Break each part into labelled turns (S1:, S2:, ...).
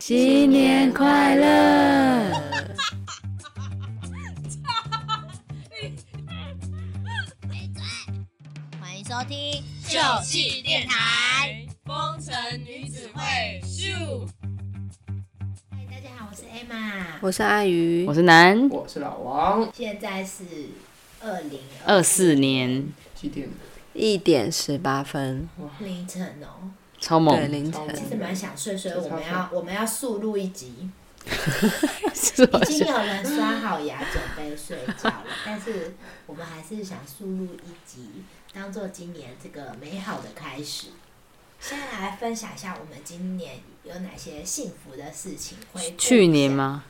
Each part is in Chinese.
S1: 新年快乐！
S2: 欢迎收听
S3: 秀气电台，风尘女子会秀。
S2: 嗨，大家好，我是 Emma，
S1: 我是阿鱼
S4: 我，是南
S5: 我是老王，
S2: 现在是二零
S4: 二四年，
S5: 几点？
S1: 一点十八分，
S2: 凌晨哦，
S4: 超
S1: 对，
S4: 猛，
S1: 凌
S5: 超猛
S2: 其实
S1: 晨。
S2: 蛮想睡，所以
S5: 这
S2: 我
S5: 超
S2: 们要我们要速录一 集。
S4: 是吧
S2: 已？经有人刷好牙准备睡觉了，但是我们还是想输入一集，当做今年这个美好的开始。现在来分享一下我们今年有哪些幸福的事情。回顾一下
S4: 去年？吗？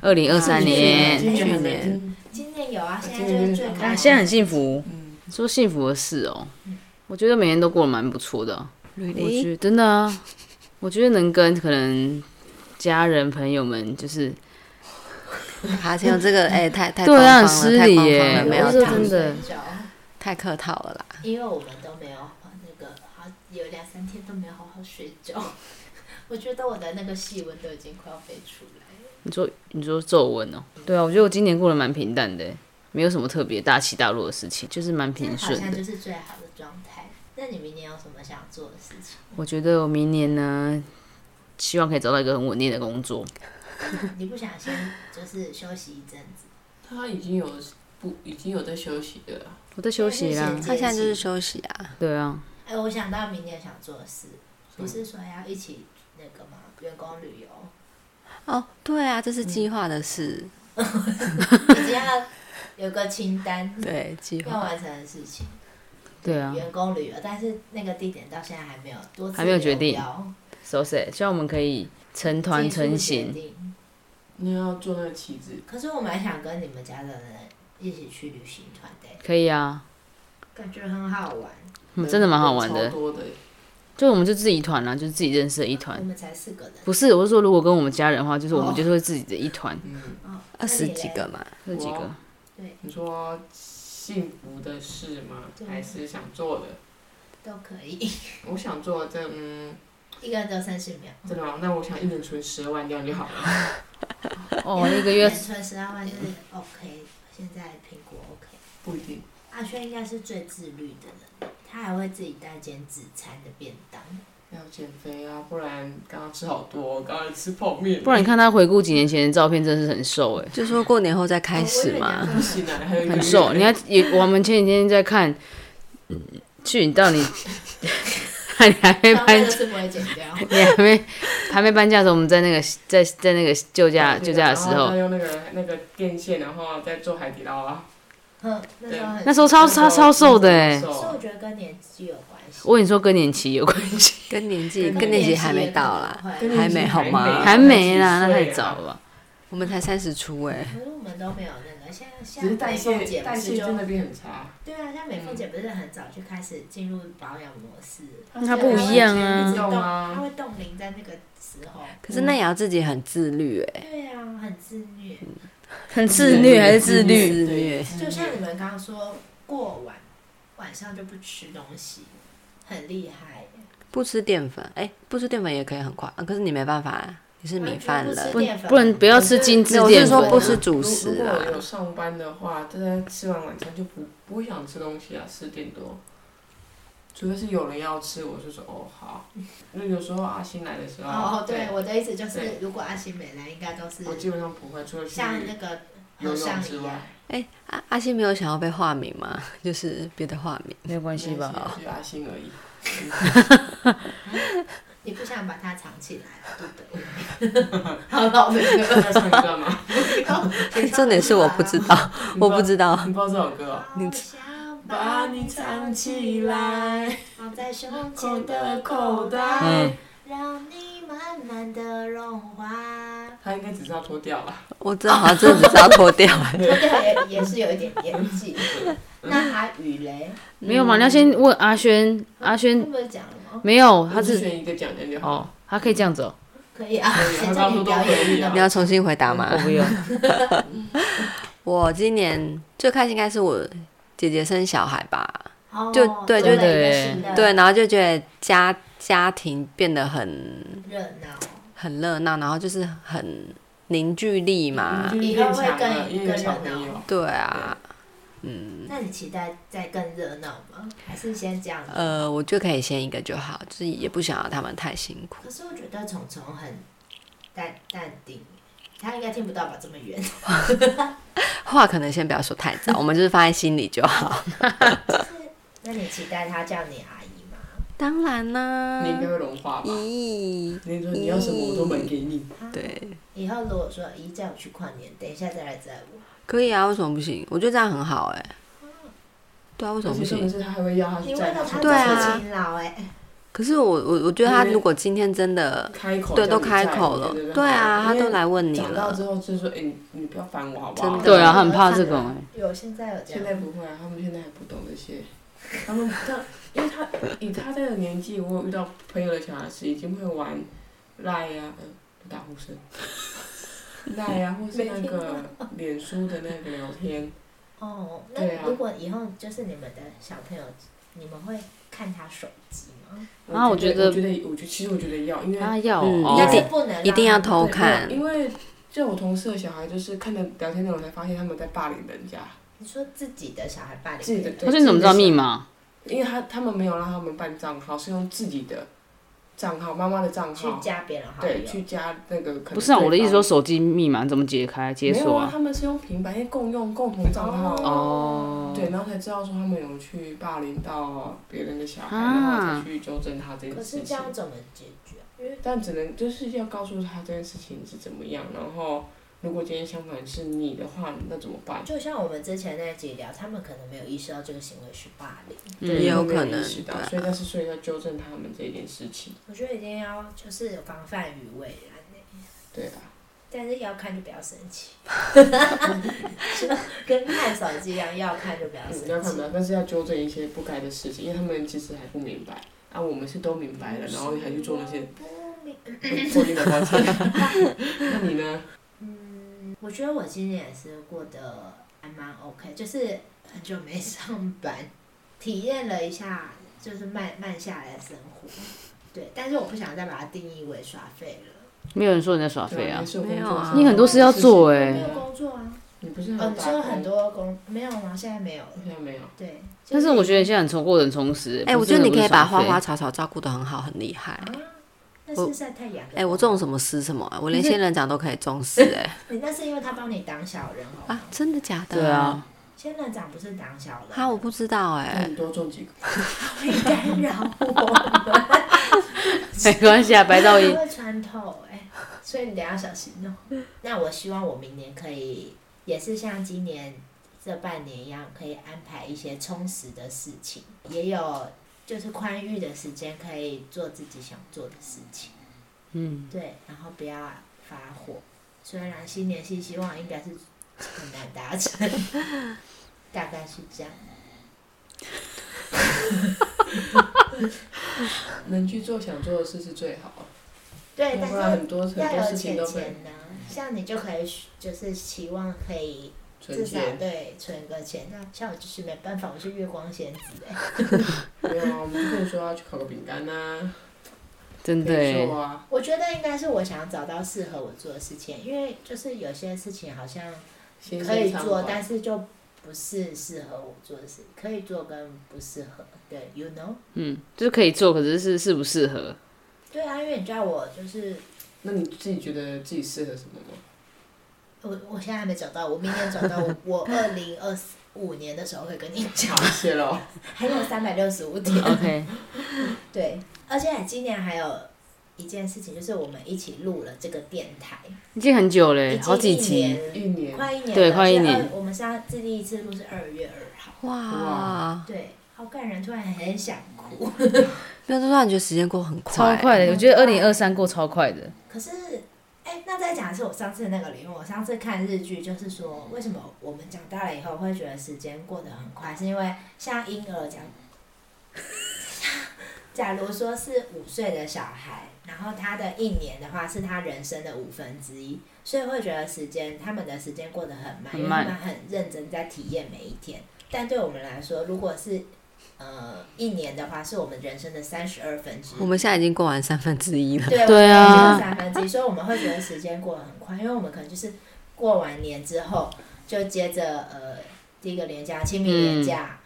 S4: 二零二三年，
S5: 今年还
S1: 去
S5: 没
S1: 年
S2: 今年有啊，现在
S5: 今
S2: 就
S5: 年
S2: 是最
S5: 啊
S4: 现在
S2: 开心。
S4: 很幸福。说幸福的事哦，我觉得每天都过得蛮不错的啊。我觉
S1: 咦，
S4: 得真的啊，我觉得能跟可能家人朋友们就是
S1: 爬行这个哎，太太
S4: 对啊
S1: 官方了
S4: 很失
S1: 太
S4: 礼
S1: 官方
S4: 耶
S1: 了没
S4: 我
S1: 有
S4: 是
S1: 太
S4: 真的
S2: 睡觉，
S1: 太客套了啦。
S2: 因为我们都没有呃那个好有两三天都没有好好睡觉， 我觉得我的那个细纹都已经快要飞出来了。
S4: 你说你说皱纹哦，对啊，我觉得我今年过得蛮平淡的欸，没有什么特别大起大落的事情，就是蛮
S2: 这样
S4: 平
S2: 好
S4: 顺
S2: 像
S4: 的
S2: 就。是最好的状态。那你明年有什么想做的事情？
S4: 我觉得我明年呢，希望可以找到一个很稳定的工作。
S2: 你不想先就是休息一阵子？
S5: 他已经有不已经有在休息了啦，
S4: 我在休息啦
S2: 因为，
S1: 他现在就是休息啊，
S4: 对啊，
S2: 哎、我想到明年想做的事，不是说要一起那个吗？员工旅游，
S1: 哦，对啊，这是
S4: 嗯
S1: 计划的事，
S2: 一定要有个清 单
S4: 嗯
S1: 对，计
S2: 要
S1: 划
S2: 完成的事情。
S4: 对啊
S2: 员工旅游，但是那个地点到现在还没有多次
S4: 还没有决定
S2: 流标
S4: ，so sad。希望我们可以成团成。
S2: 尽速
S4: 行，
S2: 决定
S5: 你要做那个旗子，
S2: 可是我蛮想跟你们家的人一起去旅行团的、
S4: 可以啊，
S2: 感觉很好玩。
S4: 嗯，真的蛮好玩
S5: 人
S4: 的
S5: 超。多的，
S4: 就我们就自己一团啦、啊就是自己认识的一
S2: 我
S4: 团。
S2: 们才四个人，
S4: 不是，我是说，如果跟我们家人的话，就是我
S2: 哦
S4: 们就是会自己的一团，
S5: 嗯，
S2: 哦
S1: 二十几。
S2: 那
S1: 个嘛，
S4: 这几个
S5: 哇你说幸福的事吗
S2: 对？
S5: 还是想做的？
S2: 你嘞都可以，
S5: 我想做的真嗯，
S2: 一个人只有三十秒。
S5: 真的吗？那我想一年存十二万这样就好了。
S4: 哦，一个月
S2: 存十二万就是 OK，现在苹果 OK。
S5: 不一定，
S2: 阿轩应该是最自律的人，他还会自己带间自餐的便当。
S5: 要减肥啊，不然刚刚吃好多，刚刚吃泡面，
S4: 不然你看他回顾几年前的照片，真的是很瘦哎，
S1: 就说过年后再开始嘛。
S4: 嗯
S5: 不行啊，还有一个
S4: 很瘦。
S5: 月
S4: 你看，也我们前几天在看，去你到你，你 还没
S2: 上
S4: 搬
S2: 面都是不会剪掉。
S4: 你还没还没搬家的时候，我们在那个在在那个旧家旧家的时
S5: 然后
S4: 候
S5: 再，用那个那个电线，然后再做海底捞啊。
S2: 哼，嗯那时候很
S4: 那时候超超超瘦的
S5: 哎
S4: 哎、，
S2: 所以我觉得跟年纪有关系。
S4: 我跟你说跟年期有关系，
S1: 跟年纪
S4: 嗯
S5: 跟
S1: 跟年纪还没到啦，
S2: 跟
S1: 还没好吗
S5: 啊
S4: 还没啦，那太早
S5: 早。
S4: 了吧。
S1: 我们才三十出哎、
S4: 嗯
S2: 可是我们都没有那个，像
S5: 只是
S2: 像
S5: 代
S2: 美凤姐
S5: 谢
S2: 不
S5: 代
S2: 是
S5: 谢真
S2: 就
S5: 的变很差，
S2: 对啊，像美凤
S5: 嗯
S2: 姐不是很早就开始进入保养模式，
S4: 那她不一样啊
S2: 她会一直动她
S5: 动啊，
S2: 会冻龄在那个时候。
S1: 可是那也要自己很自律哎、
S2: 对啊，很自虐。
S4: 很自虐还是自
S1: 嗯
S4: 律？
S1: 自律，
S5: 嗯
S2: 就像你们刚刚说过晚晚上就不吃东西，很厉害耶。
S1: 不吃淀粉哎、不吃淀粉也可以很快、啊，可是你没办法、啊，你是米饭
S2: 完全
S1: 了
S2: 不。
S4: 不
S2: 吃淀粉
S4: 不能不要吃精致
S1: 嗯没有我
S4: 淀
S1: 是
S4: 粉
S1: 说
S4: 啊。
S1: 不吃主
S5: 如
S1: 食
S5: 如果
S1: 啊，
S5: 有上班的话，真的吃完晚餐就不不会想吃东西啊，四点多。除非是有人要吃，我就说哦好。那有时候阿星来的时候，
S2: 哦，对，，我的意思就是
S5: 啊对，
S2: 如果阿西美来，应该都是
S5: 我基本上不会，除了去
S2: 像那个和
S5: 游泳
S2: 尚
S5: 之
S2: 一
S5: 外
S2: 样，，
S1: 哎、阿阿信没有想要被化名吗？就是别的化名，
S4: 没有关系吧？
S5: 只有阿星而已。
S2: 你不想把它藏起来，对不对？ 好老 的歌，
S5: 在唱歌 吗？
S1: 哎重点是我不知道，我不知道。
S5: 你不知道这首歌哦？
S2: 你想把你藏起来，，放在胸前的口袋，
S4: 嗯，
S2: 让你慢慢的融化。
S5: 他应该只是要脱掉了。
S1: 我真的好像真的只是要脱掉、
S2: 对，也是有一点年纪。那阿雨雷，
S4: 没有
S1: 嗯
S4: 嘛？你要先问阿轩，阿
S2: 他
S4: 轩
S2: 不是讲了吗？
S4: 没
S1: 哦
S4: 有，他
S5: 他是
S4: 是
S5: 选一个奖项就好。
S4: 哦，他可以这样 走，
S2: 可以啊，
S5: 以
S2: 现在你表演
S5: 他
S1: 你
S2: 了。
S1: 要重新回答吗
S4: 我？不用。
S1: 我今年最开心应该是我姐姐生小孩吧，
S2: 哦
S1: 就对
S2: 多了一个
S4: 就
S2: 新的
S1: 对，然后就觉得家家庭变得很
S2: 热闹。
S1: 很热闹，然后就是很凝聚力嘛。
S5: 你
S2: 以
S5: 就
S2: 后
S5: 变
S2: 会
S5: 强
S2: 更
S5: 了，因为有
S2: 更
S5: 小
S2: 热闹
S5: 朋友。
S1: 对啊，
S2: 那你期待再更热闹吗？还是先这样？
S1: 呃，我就可以先一个就好，就是也不想要他们太辛苦。
S2: 可是我觉得虫虫很淡淡定，他应该听不到吧？这么远，
S1: 话可能先不要说太早，我们就是放在心里就好。
S2: 那你期待他叫你阿姨吗？
S1: 当然
S5: 你应该
S1: 啦，
S5: 会融化吧？
S1: 嗯咦，
S5: 你说你要什么我都买给你，
S1: 对，
S2: 以后如果说姨叫我去跨年，等一下再来载我，
S1: 可以啊，为什么不行？我觉得这样很好哎、对啊，为什
S5: 而
S1: 么不
S5: 且重点
S1: 行？
S5: 是他还会要他
S2: 你
S5: 去
S2: 为
S5: 载
S2: 了他
S5: 去
S1: 对啊
S2: 做勤劳哎、
S1: 可是我我我觉得他如果今天真的
S5: 开口
S1: 对
S5: 叫
S1: 都
S5: 你载
S1: 开口了
S5: 对对，
S1: 对啊，他都。来问
S5: 因为
S1: 你
S5: 长大之
S1: 了，
S5: 后就是说，哎、你你不要烦我好不
S1: 真
S5: 好？
S1: 的
S4: 对啊，他很怕这种、欸。
S2: 有现在有这
S5: 现在
S2: 样，
S5: 不会啊，他们现在还不懂这些。他们他，因为他以他这个年纪，我有遇到朋友的小孩是已经会玩赖呀、嗯、打呼声，赖呀、或是那个脸书的那个聊 天，
S2: 哦，
S5: 对
S2: 那
S5: 啊
S2: 如果以后就是你们的小朋友，你们会看他手机吗？
S4: 啊
S5: 我
S4: 我
S5: 觉
S4: 觉
S5: 得啊
S4: 得
S5: 我觉得，我觉得其实我觉得要，因为
S4: 他要
S1: 嗯
S4: 哦
S1: 一
S2: 但是
S1: 定
S2: 不能
S1: 一定要
S2: 让他
S1: 偷
S5: 对
S1: 看。
S5: 因为就我同事的小孩，就是看了聊天内容才发现他们在霸凌人家，
S2: 你说自己的小孩霸凌
S5: 自己
S2: 别
S5: 的
S2: 人。
S5: 对
S4: 可是你怎么知道密？
S5: 自己的
S4: 码？
S5: 因为他他们没有让他们办账号，是用自己的账号，妈妈的账
S2: 去
S5: 号，
S2: 加别人好友
S5: 哦对，，去加那个可能
S4: 不是啊，我的意思
S5: 对
S4: 说
S5: 方
S4: 手机密码怎么解开解
S5: 没有
S4: 锁
S5: 啊，
S4: 啊？
S5: 他们是用平板，因为共用共同账号啊，
S4: 哦，
S5: 对，然后才知道说他们有去霸凌到别人的小孩，
S4: 啊
S5: 然后才去纠正他这件
S2: 可
S5: 事
S2: 是这
S5: 情。
S2: 样怎么解决？因为
S5: 但只能就是要告诉他这件事情是怎么样，然后如果今天相反是你的话，那怎么办？
S4: 嗯
S2: 就像我们之前那集聊，他们可能没有意识到这个行为是霸凌。
S5: 对，
S4: 嗯
S1: 也
S5: 他
S1: 有
S5: 们没
S1: 可
S5: 意
S1: 能
S5: 识到
S1: 对啊
S5: 所以但是所以要纠正他们这件事情，
S2: 我觉得一定要就是防范于未然欸、
S5: 对啊。
S2: 但是要看就不要生气，就跟看手机一样，要看就不要
S5: 嗯，要
S2: 生
S5: 看
S2: 气。
S5: 到，但是要纠正一些不该的事情，因为他们其实还不明白。啊，我们是都明白了，然后还去做那些做那个抱歉。那你呢？
S2: 我觉得我今年也是过得还蛮 OK，就是很久没上班，体验了一下就是慢慢下来的生活。对，但是我不想再把它定义为耍废了。
S4: 没有人说你在耍废
S5: 对
S4: 啊
S5: 你，是有工作
S1: 没有啊
S5: 是
S1: 你
S4: 很多事要做欸
S2: 没有工作啊，
S5: 你不是还
S2: 哦，
S5: 有
S2: 你
S5: 打
S2: 说
S5: 工
S2: 很，多工没有吗？现在没有了。
S5: 现在没有。
S2: 对，
S4: 但是我觉得你现在很充过得很充实。
S1: 哎、
S4: 不
S1: 我
S4: 是
S1: 觉得你可以把花花
S4: 真的不是耍废
S1: 草草照顾得很好，很厉害。
S2: 那是晒太阳。
S1: 哎、我种什么诗什么啊，我连仙人掌都可以种诗哎、
S2: 你那是因为他帮你挡小人哦。
S1: 啊，真的假的？
S4: 对啊，
S2: 仙人掌不是挡小人，
S1: 哈，我不知道哎、
S5: 那你多种几个。
S2: 会干扰我，
S4: 没关系啊，白噪音
S2: 它会穿透哎、所以你等一下小心哦、那我希望我明年可以，也是像今年这半年一样，可以安排一些充实的事情，也有就是宽裕的时间，可以做自己想做的事情。
S4: 嗯，
S2: 对，然后不要发火。虽然新年新希望应该是很难 达成，大概是这样。
S5: 能去做想做的事是最好，
S2: 对，
S5: 要不然
S2: 但是
S5: 很多很
S2: 要
S5: 多
S2: 有
S5: 事情
S2: 钱
S5: 都被
S2: 钱呢、像你就可以就是期望可以
S5: 存
S2: 至少
S5: 钱。
S2: 对存个钱，那像我就是没办法，我是月光仙子哎，
S5: 没有啊，我们就可以说要去烤个饼干呐，
S4: 真的
S5: 可以
S4: 欸
S5: 做啊。
S2: 我觉得应该是我想要找到适合我做的事情，因为就是有些事情好像
S5: 先
S2: 可以
S5: 先
S2: 做，
S5: 尝
S2: 但是就不是适合我做的事，可以做跟不适合，对，you know，
S4: 嗯，就是可以做，可是是适不适合？
S2: 对啊，因为你知道我就是
S5: 那你自己觉得自己适合什么吗？
S2: 我，我现在还没找到，我明年找到我，我二零二五年的时候会跟你讲
S5: 好，，谢喽。
S2: 还有三百六十五天。
S4: OK，
S2: 对，而且今年还有一件事情，就是我们一起录了这个电台，
S4: 已经很久嘞，
S2: 已
S4: 好几
S2: 经一
S4: 集，
S5: 一
S2: 年
S5: 年，
S2: 快一年了，呃
S4: 对快一年
S2: 是二我们上次第一次录是二月二号，
S1: 哇，
S2: 对，好感人，突然很想哭。
S1: 没有，就突然觉得时间过很
S4: 超
S1: 快，
S4: 快的。我觉得二零二三过超快的，
S2: 可是，哎、那再讲一次我上次那个理论，我上次看日剧，就是说为什么我们长大了以后会觉得时间过得很快，是因为像婴儿讲， 假如说是五岁的小孩，然后他的一年的话是他人生的五分之一，所以会觉得时间他们的时间过得很慢，
S4: 很
S2: 因为他
S4: 慢
S2: 们很认真在体验每一天。但对我们来说，如果是呃一年的话，是我们人生的三十二分之一
S1: 我们现在已经过完三分之一了。
S2: 对，
S4: 对啊
S2: 我们已经是三分之一，所以我们会觉得时间过得很快，因为我们可能就是过完年之后，就接着呃第一个年假，清明年假，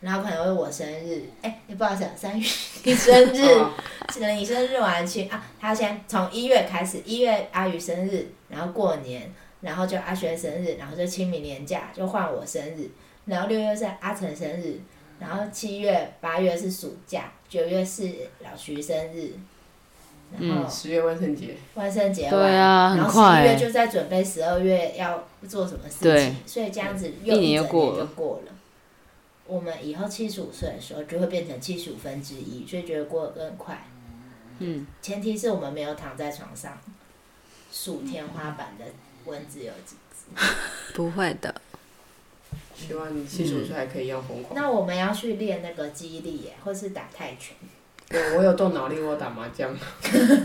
S2: 然后可能会我生日，哎，不好意思，三月你生日，
S5: 哦
S2: 等你生日完去啊，他先从一月开始，一月阿宇生日，然后过年，然后就阿轩生日，然后就清明年假，就换我生日，然后六月是阿成生日，然后七月、八月是暑假，九月是老徐生日，然后
S4: 嗯
S5: 十月万圣节，
S2: 万圣节完，
S4: 对啊
S2: 然
S4: 很
S2: 后
S4: 快
S2: 十一月
S4: 欸
S2: 就在准备十二月要做什么事
S4: 对
S2: 情，所以这样子
S4: 一
S2: 又
S4: 年又
S2: 整
S4: 过
S2: 年就
S4: 了
S2: 过了。我们以后七十五岁的时候就会变成七十五分之一，所以觉得过得更快。
S4: 嗯，
S2: 前提是我们没有躺在床上数天花板的蚊子有几。
S1: 不会的，
S5: 希望你七十五岁还可以一样疯狂。
S2: 那我们要去练那个肌力耶，或是打泰 拳。
S5: 对，我有动脑力，我有打麻将。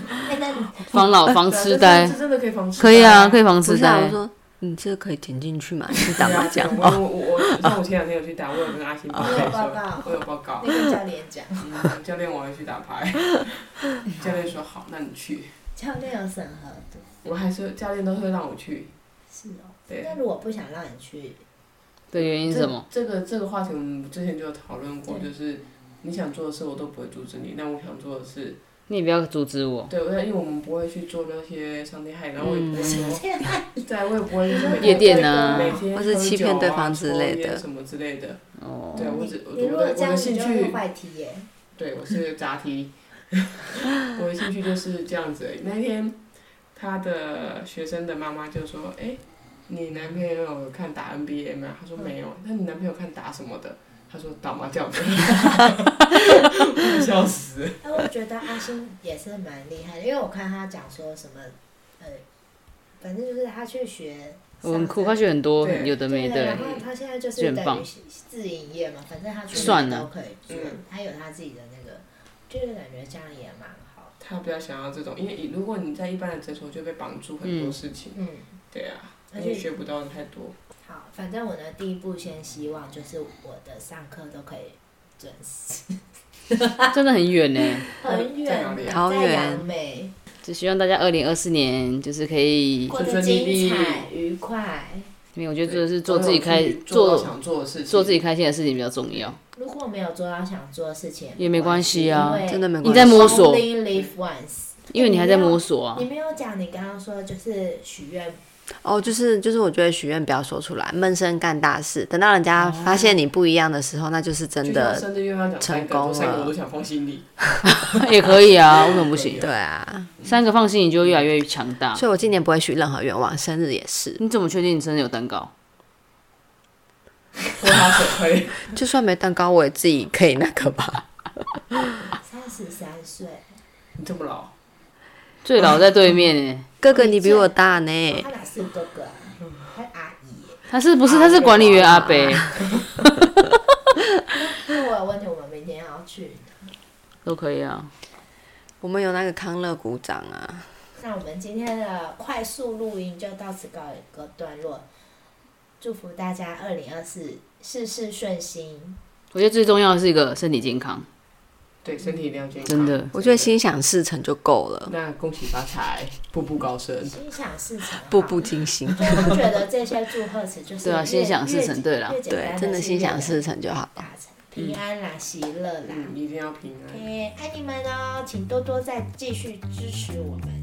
S2: 哎，那你
S4: 防老防
S5: 对啊
S4: 痴
S5: 这真
S4: 呆
S5: 的，这真的可以防 痴
S4: 可以啊，可
S5: 以
S4: 以防
S1: 不
S4: 痴
S1: 是啊，我
S4: 呆。
S1: 说你这个可以填进去嘛？去打麻 将
S5: 啊我
S1: 哦，
S5: 我我，我像我前两天有去打，我有跟阿星哦报
S2: 你有报
S5: 告，
S2: 告
S5: 我有报告
S2: 那。个教练讲，
S5: 嗯教练，我要去打 牌。教练说好，那你去。
S2: 教练有审核度，
S5: 我还是教练都会让我去。
S2: 是哦。
S5: 对
S2: 那如果不想让你去，
S4: 的原因是什么？
S5: 这这个这个话题我们之前就有讨论过，就是你想做的事我都不会阻止你，那我想做的事，
S4: 你也不要阻止
S1: 哦
S4: 我。
S5: 对，因为我们不会去做那些伤天害理，然后我也不会
S1: 嗯
S5: 说，
S2: 这 样
S5: 对啊，我也不会就是每天
S4: 夜店啊
S5: 每天
S1: 或是欺骗
S5: 喝酒啊
S1: 对方之类的
S5: 抽烟什么之类的。
S4: 哦，
S5: 对啊，我
S2: 你
S5: 只我
S2: 你如果
S5: 的
S2: 这
S5: 我
S2: 样，
S5: 的
S2: 你
S5: 兴
S2: 就会
S5: 趣，
S2: 坏题耶。
S5: 对我是杂 题，我的兴趣就是这样子而已。那天他的学生的妈妈就说：“哎、你男朋友有看打 NBA 吗？”他说：“
S4: 嗯
S5: 没有。那你男朋友看打什么的？”他说：“打麻将的。”我笑死。
S2: 那我觉得阿星也是蛮厉害的，因为我看他讲说什么，呃，反正就是他去学
S4: 我很酷，
S2: 上啊
S4: 他学很多
S5: 对
S4: 有的没
S2: 对，
S4: 的
S2: 然，后他现在就
S4: 就是很
S2: 等于
S4: 棒
S2: 自营业嘛，反正他去
S4: 算
S2: 哪
S4: 了
S2: 都可以做
S5: 嗯，
S2: 他有他自己的那个，就是感觉这样也蛮好。
S5: 他比较想要这种，因为如果你在一般的诊所就被绑住很多事情，
S2: 嗯，
S5: 对啊，
S2: 而
S5: 你
S2: 且
S5: 也学不到太多。
S2: 好，反正我的第一步先希望就是我的上课都可以准时，
S4: 真的很远呢。
S2: 很
S5: 在哪里
S2: 远，
S5: 啊
S1: 桃
S2: 在
S1: 园
S2: 杨梅，
S4: 就希望大家二零二四年就是可以，
S2: 过得
S5: 顺利
S2: 精
S5: 利
S2: 彩愉快。
S4: 因为我觉得真的是做
S5: 都有
S4: 自己开
S5: 去做到
S4: 做
S5: 想做的事情，
S4: 做自己开心的事情比较重要。
S2: 如果没有做到想做的事情，
S4: 也没关系啊
S2: 因为
S1: 真的没关系。哦
S4: 你在摸索
S2: Only live once，
S4: 因为你还在摸索啊
S2: 你。没有讲你刚刚说的就是许愿
S1: 哦，就是就是，我觉得许愿不要说出来，闷声干大事。等到人家发现你不一样的时候，那就是真
S5: 哦就像
S1: 的。
S5: 生日愿望讲三
S1: 成
S5: 个，
S1: 功
S5: 我三个
S1: 了
S5: 我都想放 心里。
S4: 也可以啊，为什么不行？
S1: 对啊，
S4: 三个放心，你就越来越强大。
S1: 所以我今年不会许任何愿望，生日也是。
S4: 你怎么确定你生日有蛋糕？
S5: 泼他水可以。
S1: 就算没蛋糕，我也自己可以那个 吧。
S2: 三十三岁，
S5: 你这么老，
S4: 最老在对面欸诶，
S1: 哥哥，你比我大呢。
S4: 哎
S2: 他哪是哥哥啊？他阿姨耶。
S4: 他是不是他是管理员阿北
S2: 那我有问题，我们明天要去，
S4: 都可以啊。
S1: 我们有那个康乐鼓掌啊，
S2: 那我们今天的快速录音就到此告一个段落。祝福大家二零二四事事顺心，
S4: 我觉得最重要的是一个身体健康，
S5: 对身体一定要健康。
S4: 真的。
S1: 我觉得心想事成就够了，
S5: 那恭喜发财，步步高升。
S2: 心想事成。
S1: 步步。惊心。
S2: 所以我觉得这些祝贺词就是
S4: 对啊
S2: 越
S4: 心想事成
S2: 越
S4: 对啦
S2: 越简
S1: 对
S2: 单，
S1: 真的
S2: 的
S1: 心想事成就好。
S2: 达成平安啦，喜乐啦。
S4: 嗯
S5: 嗯，一定要平安。
S2: OK，爱你们哦，请多多再继续支持我们。